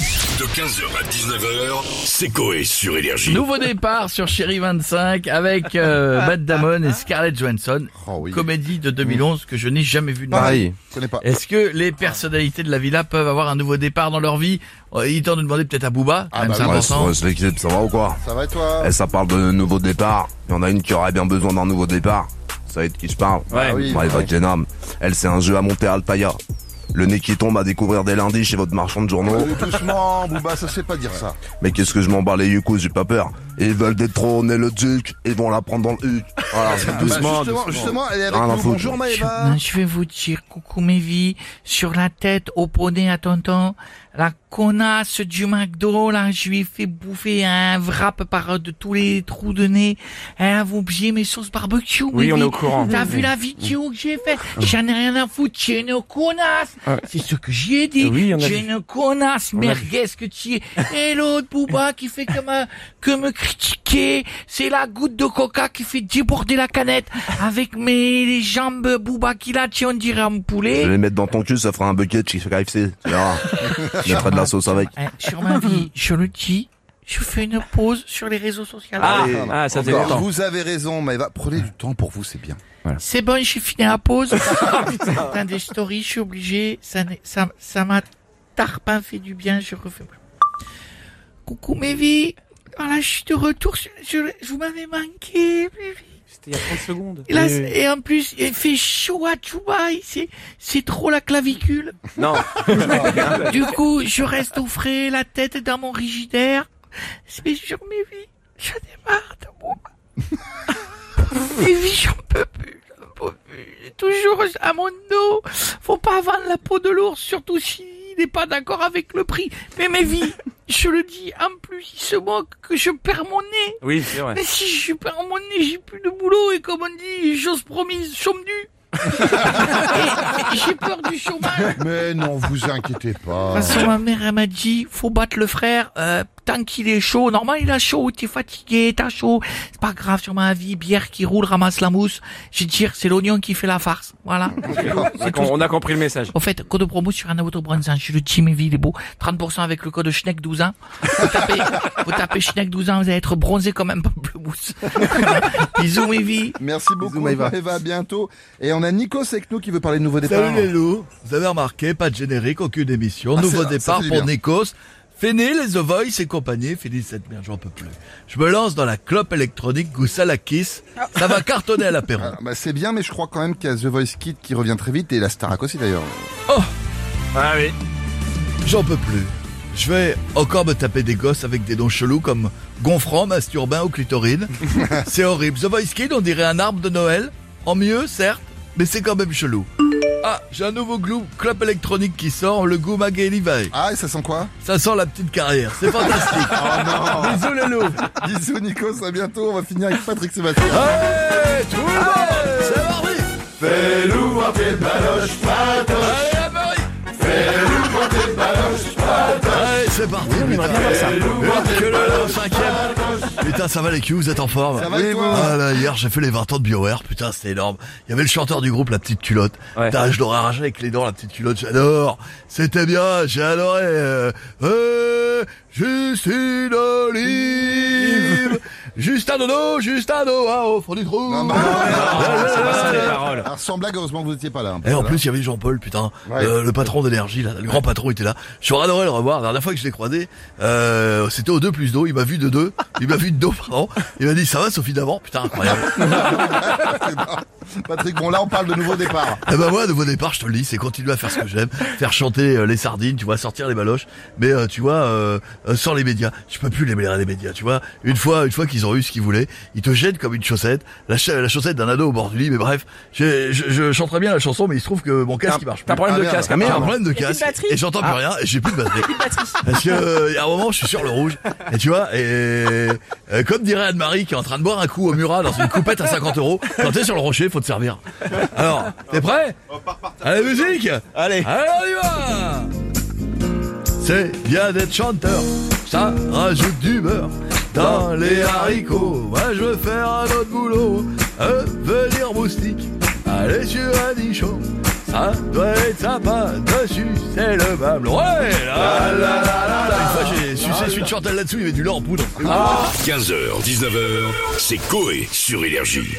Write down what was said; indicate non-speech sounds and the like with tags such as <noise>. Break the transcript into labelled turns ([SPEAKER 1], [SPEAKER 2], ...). [SPEAKER 1] De 15h à 19h, c'est Coé sur Énergie.
[SPEAKER 2] Nouveau départ sur Chéri 25 avec euh, Matt Damon et Scarlett Johansson.
[SPEAKER 3] Oh oui.
[SPEAKER 2] Comédie de 2011 que je n'ai jamais vue de ma vie.
[SPEAKER 3] Pareil, je connais pas.
[SPEAKER 2] Est-ce que les personnalités de la villa peuvent avoir un nouveau départ dans leur vie Euh, Il est temps de demander peut-être à Booba, quand
[SPEAKER 3] Ah
[SPEAKER 2] même
[SPEAKER 3] bah
[SPEAKER 2] c'est
[SPEAKER 3] ouais,
[SPEAKER 2] important.
[SPEAKER 4] Heureuse l'équipe, ça va ou quoi
[SPEAKER 3] Ça va et toi
[SPEAKER 4] Eh, ça parle de nouveau départ. Il y en a une qui aurait bien besoin d'un nouveau départ. Vous savez de qui je parle
[SPEAKER 2] Ouais.
[SPEAKER 3] oui,
[SPEAKER 4] Maëva
[SPEAKER 3] ouais.
[SPEAKER 4] Jenham. Elle, c'est un jeu à monter à Altaïa. Le nez qui tombe à découvrir dès lundi chez votre marchand de journaux.
[SPEAKER 3] Euh, Doucement, Booba, ça sait pas dire ça.
[SPEAKER 4] Mais qu'est-ce que je m'en bats les yeux couilles, j'ai pas peur. Ils veulent détrôner le duc, ils vont la prendre dans le huc. Voilà, c'est
[SPEAKER 3] Bah,
[SPEAKER 4] doucement,
[SPEAKER 3] justement,
[SPEAKER 4] doucement.
[SPEAKER 3] justement, elle est avec
[SPEAKER 4] Rien à
[SPEAKER 3] nous.
[SPEAKER 4] foutre.
[SPEAKER 3] Bonjour Maëva.
[SPEAKER 5] Non, je vais vous dire coucou mes vies, sur la tête, au poney à tonton, la connasse du McDo, là, je lui ai fait bouffer un wrap par de tous les trous de nez, elle a oublié mes sauces barbecue. Oui, on est au courant. T'as vu la vidéo que j'ai faite J'en ai rien à foutre, tu es une connasse C'est ce que j'ai dit, tu es une connasse, merguez que tu es. Et l'autre Booba qui fait que me, que me critiquer, c'est la goutte de coca qui fait déborder la canette avec mes les jambes Booba qui là, tu sais, on dirait un poulet.
[SPEAKER 4] Je vais les mettre dans ton cul, ça fera un bucket chez KFC. Tu verras. Je mettrai de la sauce avec.
[SPEAKER 5] Hein, sur ma vie, je le dis, je fais une pause sur les réseaux sociaux.
[SPEAKER 6] Ah,
[SPEAKER 3] Allez,
[SPEAKER 6] ah, ça fait
[SPEAKER 3] encore.
[SPEAKER 6] longtemps.
[SPEAKER 3] Vous avez raison, Maëva. Prenez du temps pour vous, c'est bien.
[SPEAKER 5] C'est bon, j'ai fini la pause. Putain, des stories, je suis obligé. Ça, n'est- ça, ça m'a tarpin fait du bien, je refais. Coucou mes vies. Voilà, je suis de retour. Je, je- je vous m'avais manqué, mes vies.
[SPEAKER 6] C'était il y a 30 secondes.
[SPEAKER 5] Et, là, c'est- et en plus, il fait chaud à Dubaï. C'est, c'est trop la clavicule.
[SPEAKER 6] Non,
[SPEAKER 5] Du coup, je reste au frais, la tête dans mon rigidaire. Mais sur mes vies, j'en ai marre de moi. mes vies, j'en peux plus. j'en peux plus. J'ai Toujours à mon dos. Faut pas vendre la peau de l'ours, surtout s'il n'est pas d'accord avec le prix. Mais mes vies, je le dis, en plus, il se moque que je perds mon nez.
[SPEAKER 6] oui, c'est
[SPEAKER 5] <laughs>
[SPEAKER 6] vrai.
[SPEAKER 5] Mais si je perds mon nez, j'ai plus de boulot. Et comme on dit, chose promise, chôme du. Et j'ai peur du chômage.
[SPEAKER 3] Mais non, vous inquiétez pas.
[SPEAKER 5] <laughs> De toute façon, ma mère, elle m'a dit, faut battre le frère, euh, tant qu'il est chaud. Normal, il a chaud, t'es fatigué, t'as chaud. C'est pas grave sur ma vie, bière qui roule, ramasse la mousse. J'ai dit, c'est l'oignon qui fait la farce. Voilà.
[SPEAKER 6] C'est qu'on- on a compris le message.
[SPEAKER 5] Au fait, code promo sur un auto bronzant, je le dis, mes vies, il est beau. 30% avec le code Schneck 12 ans. Vous tapez, vous tapez Schneck 12 ans, vous allez être bronzé comme un pamplemousse. <laughs> Bisous, mes vies.
[SPEAKER 3] Merci beaucoup, Maëva. À bientôt. Et on a Nico avec nous qui veut parler de nouveau départ.
[SPEAKER 2] Salut les loups Vous avez remarqué, pas de générique, aucune émission.
[SPEAKER 3] Ah,
[SPEAKER 2] Nouveau
[SPEAKER 3] c'est- ça
[SPEAKER 2] départ
[SPEAKER 3] fait du
[SPEAKER 2] pour
[SPEAKER 3] bien.
[SPEAKER 2] Nikos. Fini les The Voice et compagnie, fini cette merde, j'en peux plus. Je me lance dans la clope électronique Goussalakis. Ça va cartonner à l'apéro.
[SPEAKER 3] Ah, bah, c'est bien, mais je crois quand même qu'il y a The Voice Kid qui revient très vite et la Starac aussi d'ailleurs.
[SPEAKER 6] Ah oui.
[SPEAKER 2] J'en peux plus. Je vais encore me taper des gosses avec des noms chelous comme Gonfran, Masturbin ou
[SPEAKER 3] <laughs>
[SPEAKER 2] Clitorine. c'est horrible. The Voice Kid, on dirait un arbre de Noël. En mieux, certes, mais c'est quand même chelou. Ah, j'ai un nouveau glou, club électronique qui sort, le goût Maggie Levi.
[SPEAKER 3] Ah, et ça sent quoi
[SPEAKER 2] Ça sent la petite carrière, c'est fantastique. Bisous les loups.
[SPEAKER 3] <laughs> Bisous, Nico, à bientôt. On va finir avec Patrick Sébastien.
[SPEAKER 2] Ah. Hey, tout le monde, c'est mardi. Allez, à Paris. Allez, c'est parti, putain. Que le lot cinquième. Putain, ça va les culs, vous êtes en forme
[SPEAKER 3] Ça va et toi
[SPEAKER 2] Ah là, hier j'ai fait les 20 ans de BioWare, putain c'était énorme. Il y avait le chanteur du groupe La Petite Tulotte.
[SPEAKER 6] Ouais.
[SPEAKER 2] Putain, je l'aurais arraché avec les dents La Petite Tulotte, j'adore. C'était bien, j'ai adoré. Euh, euh, juste une
[SPEAKER 3] <laughs>
[SPEAKER 2] olive. juste un dodo, juste un dodo, hein, au fond du trou.
[SPEAKER 3] Non, bah, non, non,
[SPEAKER 6] Ça va, c'est les paroles.
[SPEAKER 3] Alors, sans blague, heureusement que vous n'étiez pas là.
[SPEAKER 2] Et en plus, il y avait Jean-Paul, putain,
[SPEAKER 3] Ouais.
[SPEAKER 2] euh, le patron d'énergie, là, le grand patron était là. J'aurais adoré le revoir. La dernière fois que je l'ai croisé, euh, c'était au 2 plus 2. Il m'a vu de 2. Il m'a vu de 2, pardon. Il m'a dit, ça va, Sophie d'avant? Putain, incroyable.
[SPEAKER 3] <laughs> Patrick, bon, là, on parle de nouveau départ.
[SPEAKER 2] Eh ben moi, de nouveau départ, je te le dis, c'est continuer à faire ce que j'aime, faire chanter euh, les sardines, tu vois, sortir les baloches, mais euh, tu vois, euh, euh, sans les médias, je peux plus les mêler à les médias, tu vois. Une fois, une fois qu'ils ont eu ce qu'ils voulaient, ils te jettent comme une chaussette, la, cha- la chaussette d'un ado au bord du lit, mais bref, je, je, je chanterais bien la chanson, mais il se trouve que mon casque il marche
[SPEAKER 6] T'as un
[SPEAKER 2] plus.
[SPEAKER 6] problème
[SPEAKER 3] Ah,
[SPEAKER 6] de
[SPEAKER 3] merde.
[SPEAKER 6] casque.
[SPEAKER 2] J'ai un
[SPEAKER 6] apparemment.
[SPEAKER 2] problème de
[SPEAKER 7] plus de
[SPEAKER 2] casque
[SPEAKER 7] batterie.
[SPEAKER 2] et j'entends plus rien et j'ai plus de batterie. Parce que euh, il y a un moment je suis sur le rouge et tu vois et euh, comme dirait Anne-Marie qui est en train de boire un coup au murat dans une coupette à 50 euros quand t'es sur le rocher faut te servir. Alors t'es prêt Allez musique Allez
[SPEAKER 6] Allez.
[SPEAKER 2] on y va C'est bien d'être chanteur ça rajoute du beurre dans les haricots. Moi je veux faire un autre boulot euh, venir moustique aller sur un nichon. Ça doit être sympa, dessus c'est le bâble. Ouais, là, là, là, là, là. Une fois, j'ai Ensuite, Chantal là-dessous, il y avait du lard en poudre.
[SPEAKER 1] 15h, 19h, c'est Coé sur Énergie.